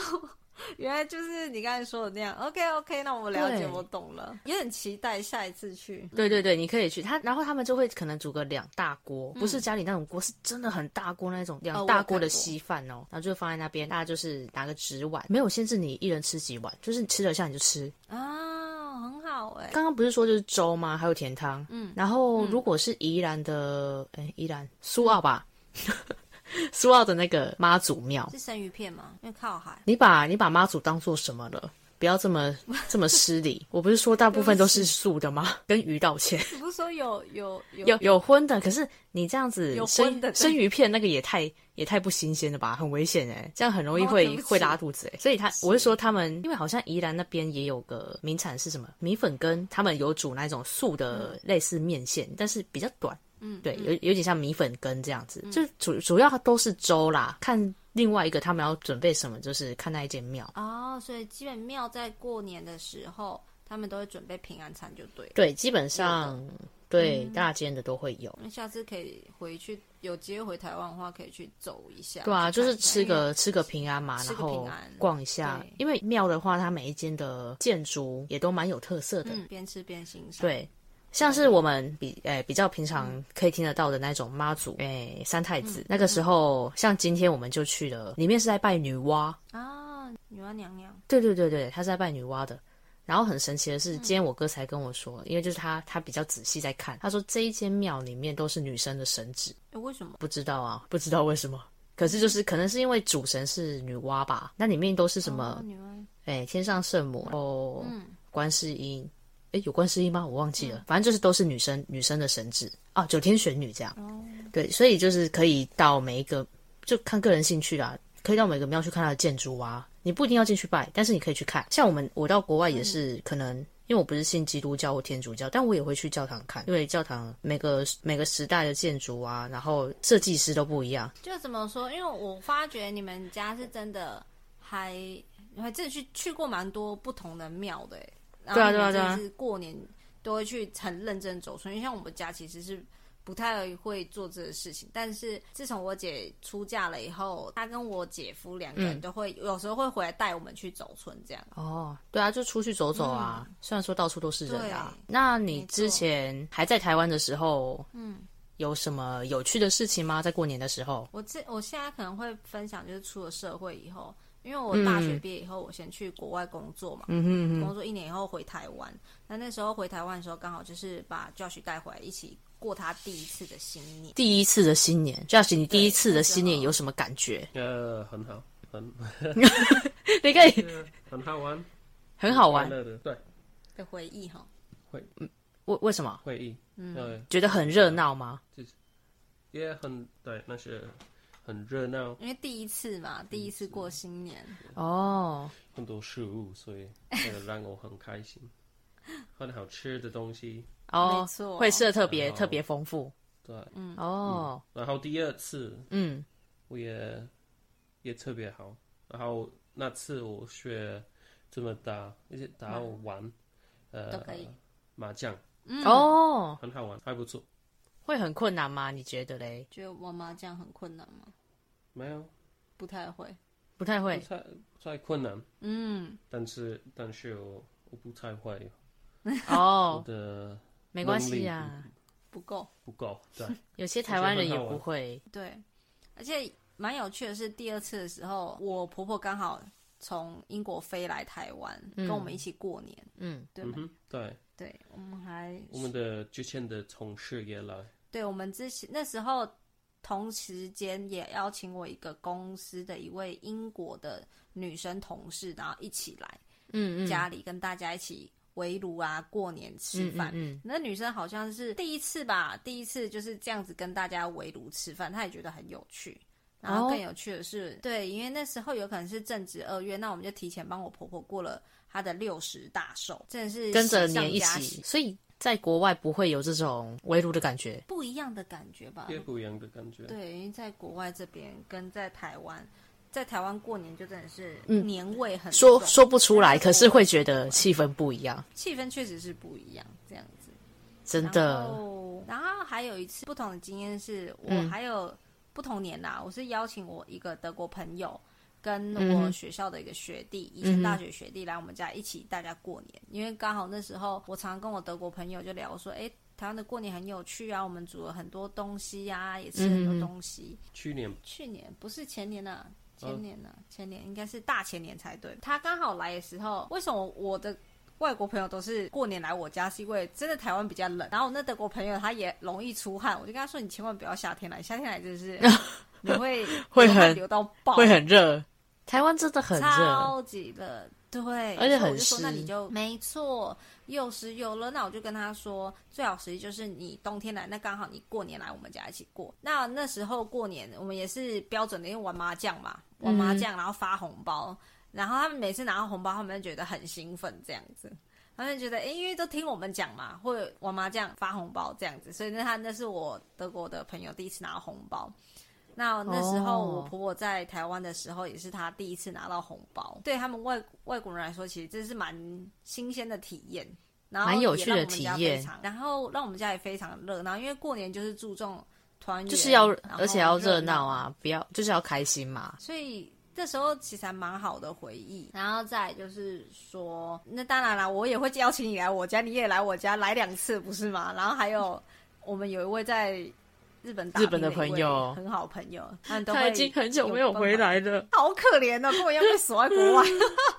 C: 原来就是你刚才说的那样。OK OK，那我了解，
B: 对
C: 我懂了，也很期待下一次去。
B: 对对对，你可以去他，然后他们就会可能煮个两大锅，不是家里那种锅，是真的很大锅那种两大锅的稀饭哦，然后就放在那边，大家就是拿个纸碗，没有限制你一人吃几碗，就是你吃得下你就吃，
C: 啊，很好哎、
B: 刚刚不是说就是粥吗？还有甜汤，嗯，然后如果是宜兰的，哎、宜兰苏澳吧， 苏澳的那个妈祖庙，
C: 是生鱼片吗？因为靠海。
B: 你把你把妈祖当做什么了？不要这么这么失 礼！我不是说大部分都是素的吗？跟鱼道歉，
C: 你不是说有有有
B: 有有荤的，可是你这样子
C: 有
B: 生
C: 荤的对
B: 生鱼片那个也太也太不新鲜了吧，很危险哎、这样很容易
C: 哦
B: 会、
C: 对不起
B: 会拉肚子哎、所以他我是说他们，因为好像宜兰那边也有个名产是什么米粉羹，他们有煮那种素
C: 嗯
B: 的类似面线，但是比较短，嗯，对，有有点像米粉羹这样子，
C: 嗯
B: 就主主要都是粥啦，看。另外一个他们要准备什么，就是看那一间庙。
C: 哦，所以基本庙在过年的时候，他们都会准备平安餐，就对了。
B: 对，基本上对
C: 嗯
B: 大间的都会有。
C: 那下次可以回去，有机会回台湾的话，可以去走一下。
B: 对啊，
C: 去
B: 就
C: 看
B: 是
C: 一下
B: 吃。
C: 因为
B: 个吃个平安嘛，
C: 吃
B: 然
C: 个平
B: 后
C: 安
B: 逛一下
C: 对。
B: 因为庙的话，它每一间的建筑也都蛮有特色的。
C: 嗯，边吃边欣赏。，
B: 对，像是我们比诶、比较平
C: 嗯
B: 常可以听得到的那种妈祖诶、三太子，那个时候像今天我们就去了，里面是在拜女娲。
C: 啊，女娲娘娘
B: 对对对对，他是在拜女娲的。然后很神奇的
C: 嗯
B: 是，今天我哥才跟我说，因为就是他他比较仔细在看，他说这一间庙里面都是女生的神祇。
C: 诶为什么？
B: 不知道啊，不知道为什么。可是就是可能是因为主神是女娲吧，那里面都是什
C: 啊
B: 么？
C: 女娲
B: 哎、天上圣母哦，观世音，哎、有观世音吗？我忘记了，反正就是都是女生女生的神祇啊，九天玄女这样。对，所以就是可以到每一个，就看个人兴趣啦，可以到每个庙去看它的建筑啊。你不一定要进去拜，但是你可以去看。像我们，我到国外也是可能。因因为我不是信基督教或天主教，但我也会去教堂看，因为教堂每个每个时代的建筑啊，然后设计师都不一样。
C: 就怎么说？因为我发觉你们家是真的还还真的去去过蛮多不同的庙的欸，然
B: 对啊
C: 后你们
B: 对啊
C: 真的
B: 对啊
C: 是过年都会去很认真走村，因为像我们家其实是。不太会做这个事情，但是自从我姐出嫁了以后，她跟我姐夫两个人
B: 嗯
C: 都会、有时候会回来带我们去走村这样。
B: 哦，对啊，就出去走走啊，虽然说到处都是人啊
C: 嗯对。
B: 那你
C: 没错
B: 之前还在台湾的时候，嗯，有什么有趣的事情吗？在过年的时候？
C: 我这我现在可能会分享，就是出了社会以后，因为我大
B: 嗯
C: 学毕业以后，我先去国外工作嘛，工作一年以后回台湾。那那时候回台湾的时候，刚好就是把 Josh 带回来，一起过他第一次的新年。
B: 第一次的新年，Josh，你第一次的新年
C: 那时候
B: 有什么感觉？
A: 呃，很好，很
B: 你可以
A: 很好玩，
B: 很好玩
A: 快，乐的，对，
C: 的回忆哈，
B: 为为什么？
A: 会议，嗯，
B: 觉得很热闹吗？
A: 也很对，那是很热闹，
C: 因为第一次嘛，第一次过新年，
B: 哦，
A: 很多事物，所以那个让我很开心，很好吃的东西，
B: 哦
C: 没，错
B: 会吃的特别
A: 然后
B: 特别丰富。
A: 对，
B: 哦，
A: 然后第二次
B: 嗯，
A: 我也也特别好。然后那次我学怎么打，而且打玩，
C: 都
A: 呃
C: 可以，嗯
A: 麻将
B: 哦，
A: 很好玩，还不错。
B: 会很困难吗？你觉得嘞？
C: 觉得玩麻将很困难吗？
A: 没有，
C: 不太会，
B: 不太
A: 不
B: 会，
A: 太不太困难，
C: 嗯，
A: 但是但是我我不太会，我
B: 哦，
A: 的
B: 没关系啊，
C: 不够，
A: 不够， 对，
B: 有些台湾人也不会。
C: 对，而且蛮有趣的是，第二次的时候，我婆婆刚好从英国飞来台湾，
B: 嗯
C: 跟我们一起过年，
B: 嗯，
C: 对
A: 嗯
C: 吗？
A: 哼，对，
C: 对，我们还
A: 我们的之前的同事也来，
C: 对我们之前那时候同时间也邀请我一个公司的一位英国的女生同事，然后一起来
B: 嗯嗯，
C: 家里跟大家一起围炉啊，过年吃
B: 嗯
C: 饭。
B: 嗯
C: 那女生好像是第一次吧，第一次就是这样子跟大家围炉吃饭，她也觉得很有趣。然后
B: 哦
C: 更有趣的是，对，因为那时候有可能是正值二月，那我们就提前帮我婆婆过了她的六十大寿，真的
B: 嗯，
C: 是
B: 跟着
C: 喜上
B: 年一
C: 加
B: 起，
C: 喜，
B: 所以在国外不会有这种围炉的感觉。
C: 不一样的感觉吧？
A: 也不一样的感觉，
C: 对，因为在国外这边跟在台湾，在台湾过年就真的是
B: 嗯
C: 年味很重，
B: 说说不出来，可是会觉得气氛不一样，
C: 气氛确实是不一样，这样子。
B: 真
C: 然
B: 的。
C: 后，然后还有一次不同的经验是，我
B: 嗯
C: 还有不同年啦，我是邀请我一个德国朋友。跟
B: 嗯
C: 我
B: 哼
C: 学校的一个学弟，以
B: 嗯
C: 前
B: 哼
C: 大学学弟来我们家一起大家过年，因为刚好那时候我常常跟我德国朋友就聊说，哎、台湾的过年很有趣啊，我们煮了很多东西呀、也吃很
B: 嗯哼
C: 多
B: 哼
C: 东西，
A: 去年
C: 去年不是前年啊，前年啊，前年应该是大前年才对。他刚好来的时候，为什么我的外国朋友都是过年来我家，是因为真的台湾比较冷，然后我那德国朋友他也容易出汗，我就跟他说你千万不要夏天来，夏天来就是 你会
B: 会
C: 流汗
B: 很
C: 流到爆，
B: 会很热，台湾真的很热。
C: 超级的，对，
B: 而且
C: 所以我
B: 很
C: 就说
B: 湿
C: 那你就没错，又湿又热。那我就跟他说，最好时机就是你冬天来，那刚好你过年来我们家一起过。那那时候过年，我们也是标准的，因为玩麻将嘛，玩麻将然后发红包，然后他们每次拿到红包，他们就觉得很兴奋，这样子。他们就觉得，哎、因为都听我们讲嘛，或者玩麻将发红包这样子，所以那他那是我德国的朋友第一次拿到红包。那那时候
B: 哦
C: 我婆婆在台湾的时候，也是她第一次拿到红包。对他们外外国人来说，其实这是蛮新鲜的体验，然后
B: 蛮有
C: 也
B: 趣
C: 让
B: 的
C: 我们家
B: 体验
C: 非常。然后让我们家也非常热闹，因为过年就是注重团圆，
B: 就是要，
C: 然后
B: 而且要热
C: 热
B: 闹。啊！不要，就是要开心嘛。
C: 所以这时候其实还蛮好的回忆。然后再来就是说，那当然啦，我也会邀请你来我家，你也来我家来两次，不是吗？然后还有 我们有一位在日本打
B: 日本
C: 拼的
B: 的朋
C: 一位
B: 友
C: 很好朋友，他们都
B: 他
C: 会
B: 已经很久没有
C: 帮
B: 回
C: 忙
B: 来了。
C: 好可怜哦，根本要被锁在 国外。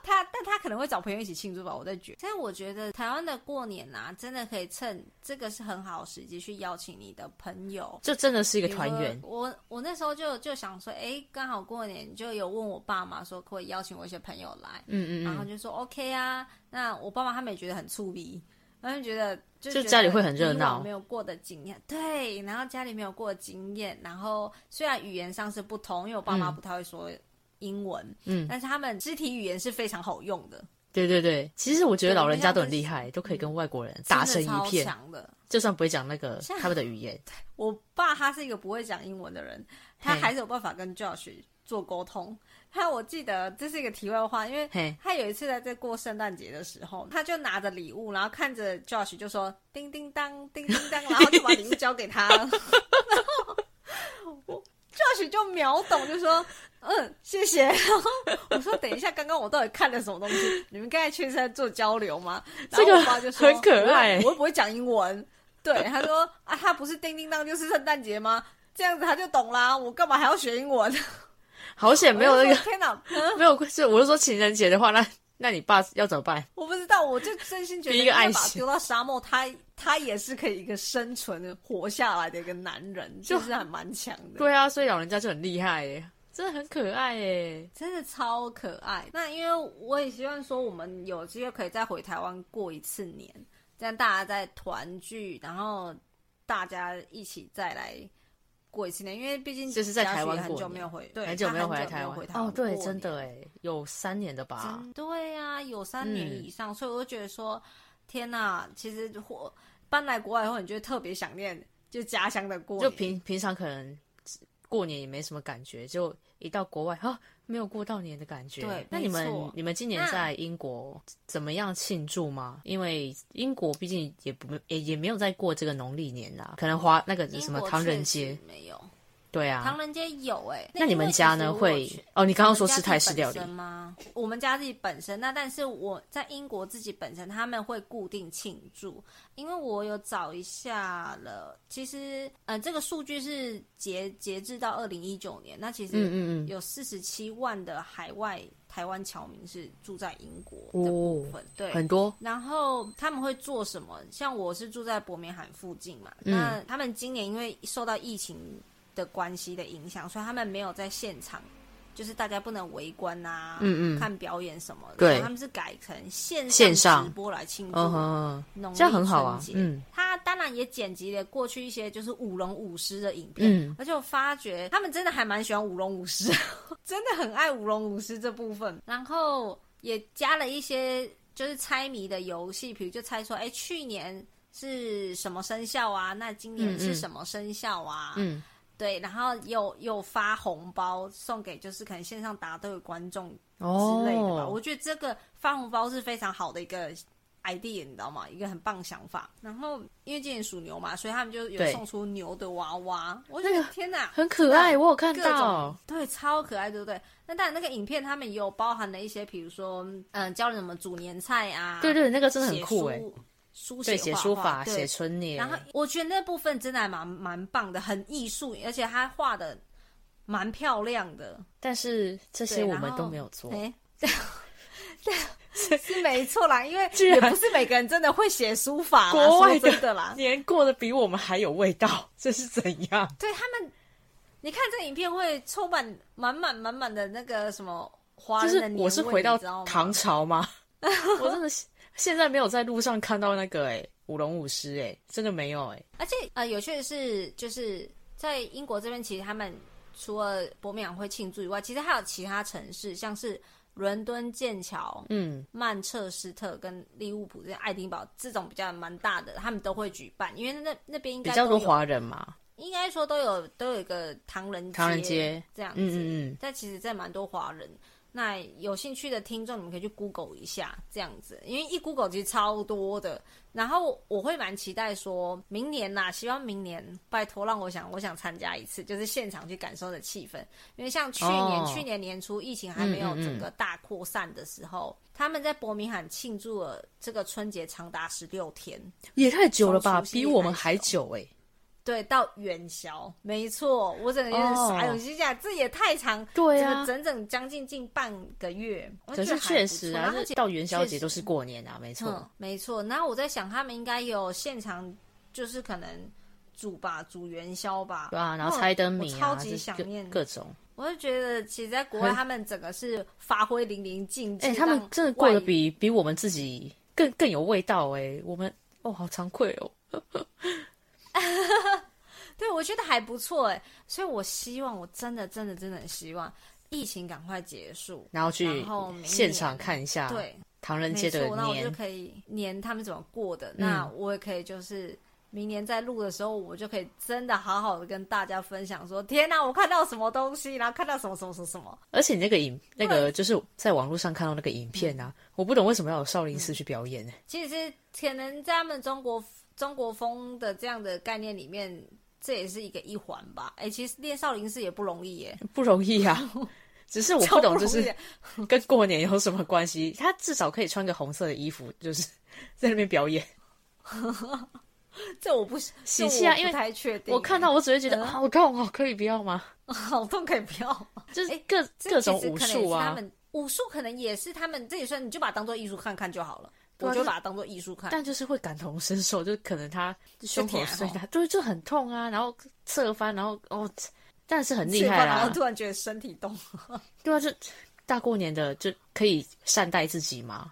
C: 他，但他可能会找朋友一起庆祝吧，我在觉得。但我觉得台湾的过年啊，真的可以趁这个是很好的时机去邀请你的朋友。
B: 就真的是一
C: 一
B: 个团圆，
C: 我我那时候就就想说，哎，刚好过年，就有问我爸妈说，可不可以邀请我一些朋友来，
B: 嗯
C: 然后
B: 嗯
C: 就说 OK 啊。那我爸妈他们也觉得很触鼻，他们觉得就
B: 就
C: 觉
B: 家里
C: 得
B: 会很热
C: 以往
B: 闹
C: 没有过的经验，对，然后家里没有过的经验，然后虽然语言上是不同，因为我爸妈
B: 嗯
C: 不太会说英文，
B: 嗯
C: 但是他们肢体语言是非常好用的。
B: 对对对，其实我觉得
C: 对
B: 老人家都很
C: 人
B: 厉
C: 家
B: 害，都可以跟外国人打成
C: 嗯真的超
B: 一片，
C: 强的。
B: 就算不会讲那个
C: 像
B: 他们的语 言。
C: 我爸他是一个不会讲英文的人，他
B: 嘿
C: 还是有办法跟 Josh 做沟通。他我记得这是一个题外话，因为
B: 嘿，
C: 他有一次在这过圣诞节的时候，他就拿着礼物，然后 看着 Josh 就说“叮叮当，叮叮当”，然后就把礼物交给他了。然后我 Josh 就秒懂，就说“嗯，谢谢”。然后我说：“等一下，刚刚我到底看了什么东西？你们刚才确实在做交流吗？”然
B: 这
C: 后
B: 个
C: 我爸就说：“
B: 很可爱
C: 我又我又不会讲英文。”对，他说：“啊，他不是叮叮当就是圣诞节吗？这样子他就懂啦，我干嘛还要学英文？”
B: 好险没有那
C: 我就
B: 个
C: 说天哪，
B: 没有，就我是说情人节的话，那那你爸要怎么办？
C: 我不知道，我就真心觉得，
B: 第一个爱
C: 把他
B: 情
C: 丢到沙漠，他他也是可以一个生存活下来的一个男人，
B: 就
C: 就是还蛮强的。，
B: 对啊，所以老人家就很厉害耶，真的很可爱耶。
C: 真的超可爱。那因为我也希望说，我们有机会可以再回台湾过一次年，这样大家再团聚，然后大家一起再来过一次年。因为毕竟
B: 就是在台湾
C: 嘉许也很
B: 过
C: 久
B: 年
C: 没有回，对，
B: 很久
C: 他
B: 没有回来
C: 台
B: 台
C: 回
B: 湾
C: 台湾
B: 哦，对，
C: 过
B: 真的
C: 年
B: 哎，有三年的吧？
C: 真对呀、有三年
B: 啊嗯
C: 以上，所以我就觉得说，天哪，其实我搬来国外以后，你就会特别想念就家乡的过
B: 就
C: 年，
B: 平平常可能过年也没什么感觉，就一到国外啊，没有过到年的感觉。
C: 对
B: 那你
C: 没
B: 们
C: 错
B: 你们今年
C: 那
B: 在英国怎么样庆祝吗？因为英国毕竟也不也也没有在过这个农历年啦，可能华那个
C: 英
B: 什么
C: 国
B: 唐人
C: 确
B: 街
C: 实，没有，
B: 对啊
C: 唐。人街有哎、
B: 那你
C: 因为
B: 们
C: 其
B: 家
C: 实
B: 呢
C: 我
B: 会
C: 去
B: 哦？你刚刚
C: 我
B: 说
C: 们
B: 吃
C: 家
B: 泰
C: 自
B: 式
C: 己
B: 料
C: 本
B: 理
C: 身吗？我们家自己本身，那但是我在英国自己本身，他们会固定庆祝，因为我有找一下了，其实呃，这个数据是截截至到二零一九年，那其实
B: 嗯嗯嗯
C: 有四十七万的海外台湾侨民是住在英国的部
B: 哦，
C: 分，对，
B: 很多
C: 然后他们会做什么？像我是住在伯明翰附近嘛，
B: 嗯
C: 那他们今年因为受到疫情的关系的影响，所以他们没有在现场，就是大家不能围观啊，
B: 嗯嗯
C: 看表演什么的，
B: 对
C: 所以他们是改成线
B: 线上
C: 直播来庆祝
B: 嗯哼，
C: 农历
B: 这样很好啊
C: 春，节
B: 嗯
C: 他当然也剪辑了过去一些就是舞龙舞狮的影片，
B: 嗯，
C: 而且我发觉他们真的还蛮喜欢舞龙舞狮， 真的很爱舞龙舞狮这部分。然后也加了一些就是猜谜的游戏，比如就猜说，哎，去年是什么生肖啊？那今年
B: 嗯
C: 是
B: 嗯
C: 什么生肖啊？
B: 嗯，
C: 对，然后又又发红包送给就是可能线上答对的观众
B: 哦
C: 之类的吧。我觉得这个发红包是非常好的一个 idea，你知道吗？一个很棒的想法。然后因为今年属牛嘛，所以他们就有
B: 对
C: 送出牛的娃娃，我觉
B: 那
C: 得、
B: 个
C: 天哪！
B: 很可爱，我有看
C: 各
B: 到
C: 种，对，超可爱，对不对？那当然，那个影片他们也有包含了一些，比如说，嗯，教人怎么煮年菜啊，
B: 对对，那个真的很
C: 写
B: 酷
C: 书
B: 哎，
C: 书
B: 对，
C: 写
B: 写
C: 画
B: 书
C: 画
B: 法、
C: 对
B: 写春联，
C: 然后我觉得那部分真的还蛮蛮棒的，很艺术，而且他画的蛮漂亮的。
B: 但是这些
C: 对
B: 我
C: 然
B: 们都
C: 后
B: 没有做。
C: 哎、对， 是没错啦， 因为
B: 居
C: 也
B: 然
C: 不是每个人真的会写书法啦，
B: 国外
C: 说
B: 的
C: 真的啦。
B: 年过得比我们还有味道， 这是怎样？
C: 对他们，你看这影片会充满满满满满的那个什么华
B: 就
C: 人
B: 是
C: 的年味，
B: 我是回到
C: 你知道吗
B: 唐朝 吗？我真的是现在没有在路上看到那个哎、舞龙舞狮哎、真的没有哎、
C: 而且呃，有趣的是，就是在英国这边，其实他们除了伯明翰会庆祝以外，其实还有其他城市，像是伦敦、剑桥、
B: 嗯，
C: 曼彻斯特跟利物浦、这些爱丁堡这种比较蛮大的，他们都会举办，因为那那边应
B: 比
C: 该
B: 较
C: 都
B: 多
C: 有，
B: 华人嘛，
C: 应该说都有都有一个唐人
B: 唐人街，
C: 这样子。
B: 嗯嗯嗯，
C: 但其实这蛮多华人。那有兴趣的听众，你们可以去 Google 一下这样子，因为一 Google 其实超多的。然后我会蛮期待说，明年呐、希望明年拜托让我想，我想参加一次，就是现场去感受的气氛。因为像去年，
B: 哦
C: 去年年初疫情还没有
B: 嗯嗯嗯
C: 整个大扩散的时候，他们在伯明翰庆祝了这个春节长达十六天，
B: 也太久了吧，
C: 从除夕
B: 比我们
C: 开
B: 还
C: 始
B: 久哎、
C: 对，到元宵，没错，我整个就是傻
B: 哦
C: 有心想，这也太长，
B: 对
C: 这
B: 啊
C: 个整整将近近半个月，我
B: 可
C: 觉
B: 是
C: 得还
B: 确
C: 不
B: 实
C: 错
B: 啊，
C: 然后
B: 这
C: 其
B: 到元宵
C: 确
B: 节
C: 实
B: 都是过年啊，没错。
C: 嗯，没错。然后我在想，他们应该有现场，就是可能煮吧，煮元宵吧。
B: 对啊，然后
C: 那我
B: 猜灯谜
C: 哦我超
B: 啊，
C: 级
B: 这
C: 想
B: 各
C: 念
B: 各种。
C: 我就觉得，其实在国外，
B: 很
C: 他们整个是发挥淋漓尽致。
B: 哎、他们
C: 让
B: 真的过得
C: 外
B: 比比我们自己更更有味道哎、我们哦，好惭愧哦。
C: 对我觉得还不错哎，所以我希望，我真的真的真的很希望疫情赶快结束，
B: 然后去
C: 然后明
B: 现场
C: 年
B: 看一下，
C: 对，
B: 唐人街
C: 没
B: 的嗯
C: 错，那我就
B: 年，
C: 可以年他们怎么过的，那我也可以就是明年在录的时候，我就可以真的好好的跟大家分享说，天哪、我看到什么东西，然后看到什么什么什么什么，
B: 而且你那个影那个就是在网络上看到那个影
C: 嗯
B: 片啊，我不懂为什么要有少林寺去表演呢、
C: 其实可能在他们中国中国风的这样的概念里面，这也是一个一环吧。哎、其实练少林寺也不容易耶，
B: 不容易 啊。只是我
C: 超
B: 不 懂，就
C: 容易啊
B: 是
C: 的
B: 跟过年有什么关系？他至少可以穿个红色的衣服，就是 在那边表演。
C: 这我不
B: 喜气啊
C: 这我
B: 因为
C: 不太确定。
B: 我看到我只会觉得、
C: 嗯
B: 啊好痛哦，可以不要吗？
C: 好痛，可以不要。
B: 就是
C: 哎
B: 各、
C: 这
B: 各种
C: 其实
B: 武
C: 可能也
B: 术
C: 是他
B: 啊，
C: 们武术可能也是他们这也算，你就把它当做艺术看看就好了。
B: 对啊
C: 我就
B: 就是
C: 把它当做艺术看。
B: 但就是会感同身受，就可能他胸口
C: 舔
B: 碎
C: 哦
B: 大，对，就很痛啊，然后侧翻，然后哦，但是很厉
C: 吃
B: 害啊
C: 饭然
B: 啦
C: 后，突然觉得身体动，
B: 对啊，就大过年的就可以善待自己嘛，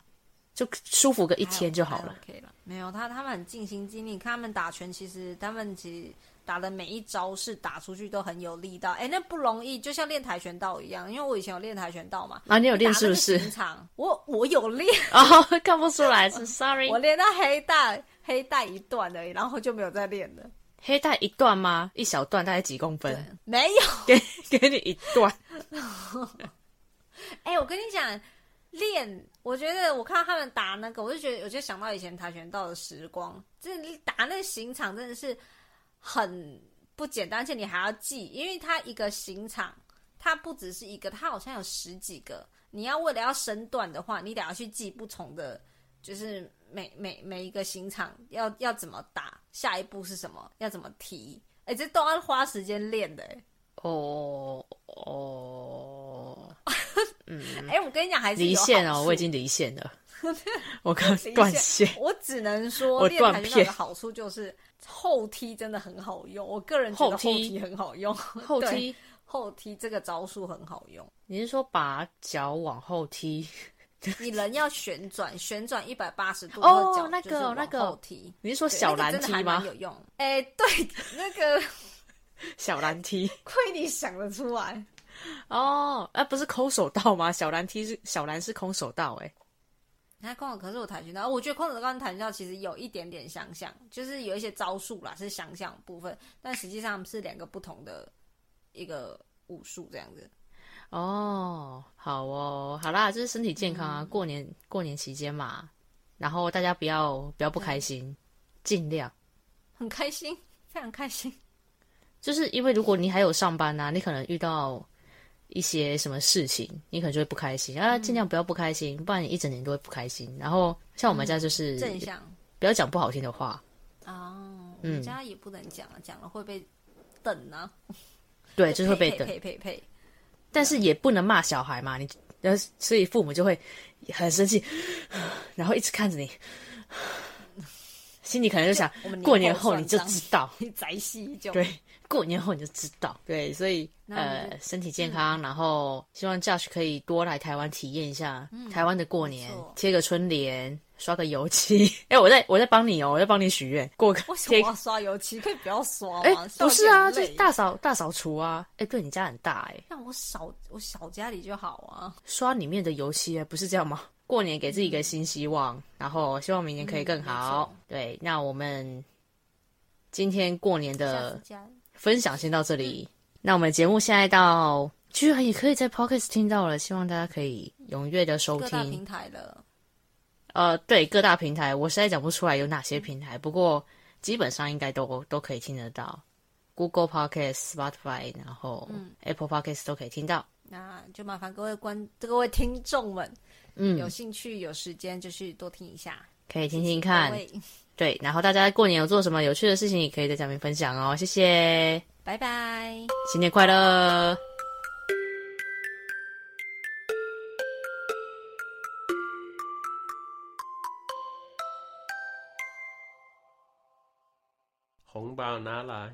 B: 就舒服个一天就好了。
C: 还，OK 了。没有他，他们很尽心尽力。看他们打拳，其实他们其实打的每一招式打出去都很有力道。哎，那不容易，就像练跆拳道一样。因为我以前有练跆拳道嘛，
B: 啊，你有 练
C: 哎打
B: 是
C: 那
B: 不
C: 个
B: 是？
C: 平常我我有练，
B: 哦，看不出来 是 sorry
C: 我。练到黑带黑带一段而已，然后就没有再练了。
B: 黑带一段吗？一小段大概几公
C: 对
B: 分？，
C: 没有。
B: 给给你一段，
C: 哎、我跟你讲，练，我觉得我看到他们打那个，我就觉得，我就想到以前跆拳道的时光，真的打那个刑场真的是很不简单，而且你还要记，因为它一个刑场，它不只是一个，它好像有十几个，你要为了要身段的话，你得要去记不同的，就是每每每一个刑场要要怎么打，下一步是什么，要怎么提，哎、这都要花时间练的、哎
B: 哦哦，
C: 哎、我跟你讲，还是有
B: 嗯离线
C: 好
B: 哦，
C: 处
B: 我已经离线 了，我刚
C: 离
B: 断
C: 线
B: 线。
C: 我只能说
B: 我
C: 练跆
B: 断
C: 拳道
B: 片
C: 的好处就是后踢真的很好用，我个人觉
B: 后
C: 得
B: 踢
C: 后踢很好用，
B: 后踢，
C: 后踢这个招数很好用。
B: 你是说把脚往后踢？
C: 你人要旋转，旋转一百八十度，
B: 哦
C: 然后脚
B: 那个
C: 就是往
B: 那个
C: 后踢。
B: 你是说
C: 对
B: 小
C: 那个
B: 蓝
C: 真的
B: 踢
C: 还蛮
B: 吗？
C: 有用，哎、对，那个
B: 小蓝踢
C: 亏你想得出来，
B: 哦，啊，不是空手道吗？小蓝踢是小蓝是空手道，哎，
C: 你看空手，可是我跆拳道，我觉得空手道跟跆拳道其实有一点点相像，就是有一些招数啦是相像部分，但实际上是两个不同的一个武术这样子。
B: 哦，好哦，好啦，就是身体健康啊，过年过年期间嘛，然后大家不要不要不开心，尽量。
C: 很开心，非常开心。
B: 就是因为如果你还有上班呐、啊你可能遇到一些什么事情，你可能就会不开心啊，尽
C: 嗯
B: 量不要不开心，不然你一整年都会不开心。然后像我们家就是、
C: 嗯正向
B: 不要讲不好听的话，
C: 哦，我
B: 嗯
C: 们家也不能讲啊，讲了会被等啊，
B: 对，就是会被
C: 呸
B: 等，
C: 呸呸呸，
B: 但
C: 嗯
B: 是也不能骂小孩嘛，你然后所以父母就会很生气，然后一直看着你，心里可能就想
C: 嗯我们，年
B: 过年
C: 后
B: 后你就
C: 算账
B: 知道。
C: 呸宅系就
B: 对，过年后你就知道。对，所以
C: 那我们嗯
B: 呃，身体健康，然后希望 Josh 可以多来台湾体验一下台湾的过年
C: 嗯没错，
B: 贴个春联，刷个油漆。 哎、我在我在帮你哦，我在帮你许愿，过个
C: 为什么
B: 贴
C: 我。要刷油漆？可以不要刷
B: 哎、
C: 吗？刷
B: 不
C: 油
B: 是啊，
C: 漆
B: 就
C: 很
B: 是
C: 累
B: 大扫大扫除啊。哎、对你家很大哎、
C: 让我少我少家里就好啊。
B: 刷里面的油漆哎、不是这样吗？过年给自己一个新希望，然后希望明年可以更
C: 嗯嗯没
B: 好。
C: 错
B: 对，那我们今天过年
C: 下
B: 的
C: 次加
B: 分享先到这里。那我们节目现在到，居然也可以在 Podcast 听到了，希望大家可以踊跃的收
C: 各大
B: 听
C: 平。台了，
B: 呃，对各大平台，我实在讲不出来有哪些平台，不过基本上应该都都可以听得到。Google Podcast、Spotify，然后
C: 嗯
B: Apple Podcast 都可以听到。
C: 那就麻烦各位观各位听众们，有
B: 嗯，
C: 兴趣有时间就去多听一下，
B: 可以听听
C: 各
B: 看。
C: 位
B: 对，然后大家过年有做什么有趣的事情，也可以在下面分享哦。谢谢，
C: 拜拜。
B: 新年快乐！
A: 红包拿来。